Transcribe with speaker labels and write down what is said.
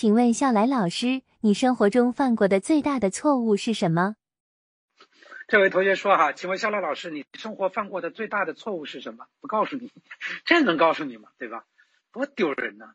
Speaker 1: 请问笑来老师，你生活中犯过的最大的错误是什么？
Speaker 2: 这位同学说哈，请问肖磊老师，你生活犯过的最大的错误是什 么？不告诉你，这能告诉你吗？对吧？多丢人呢、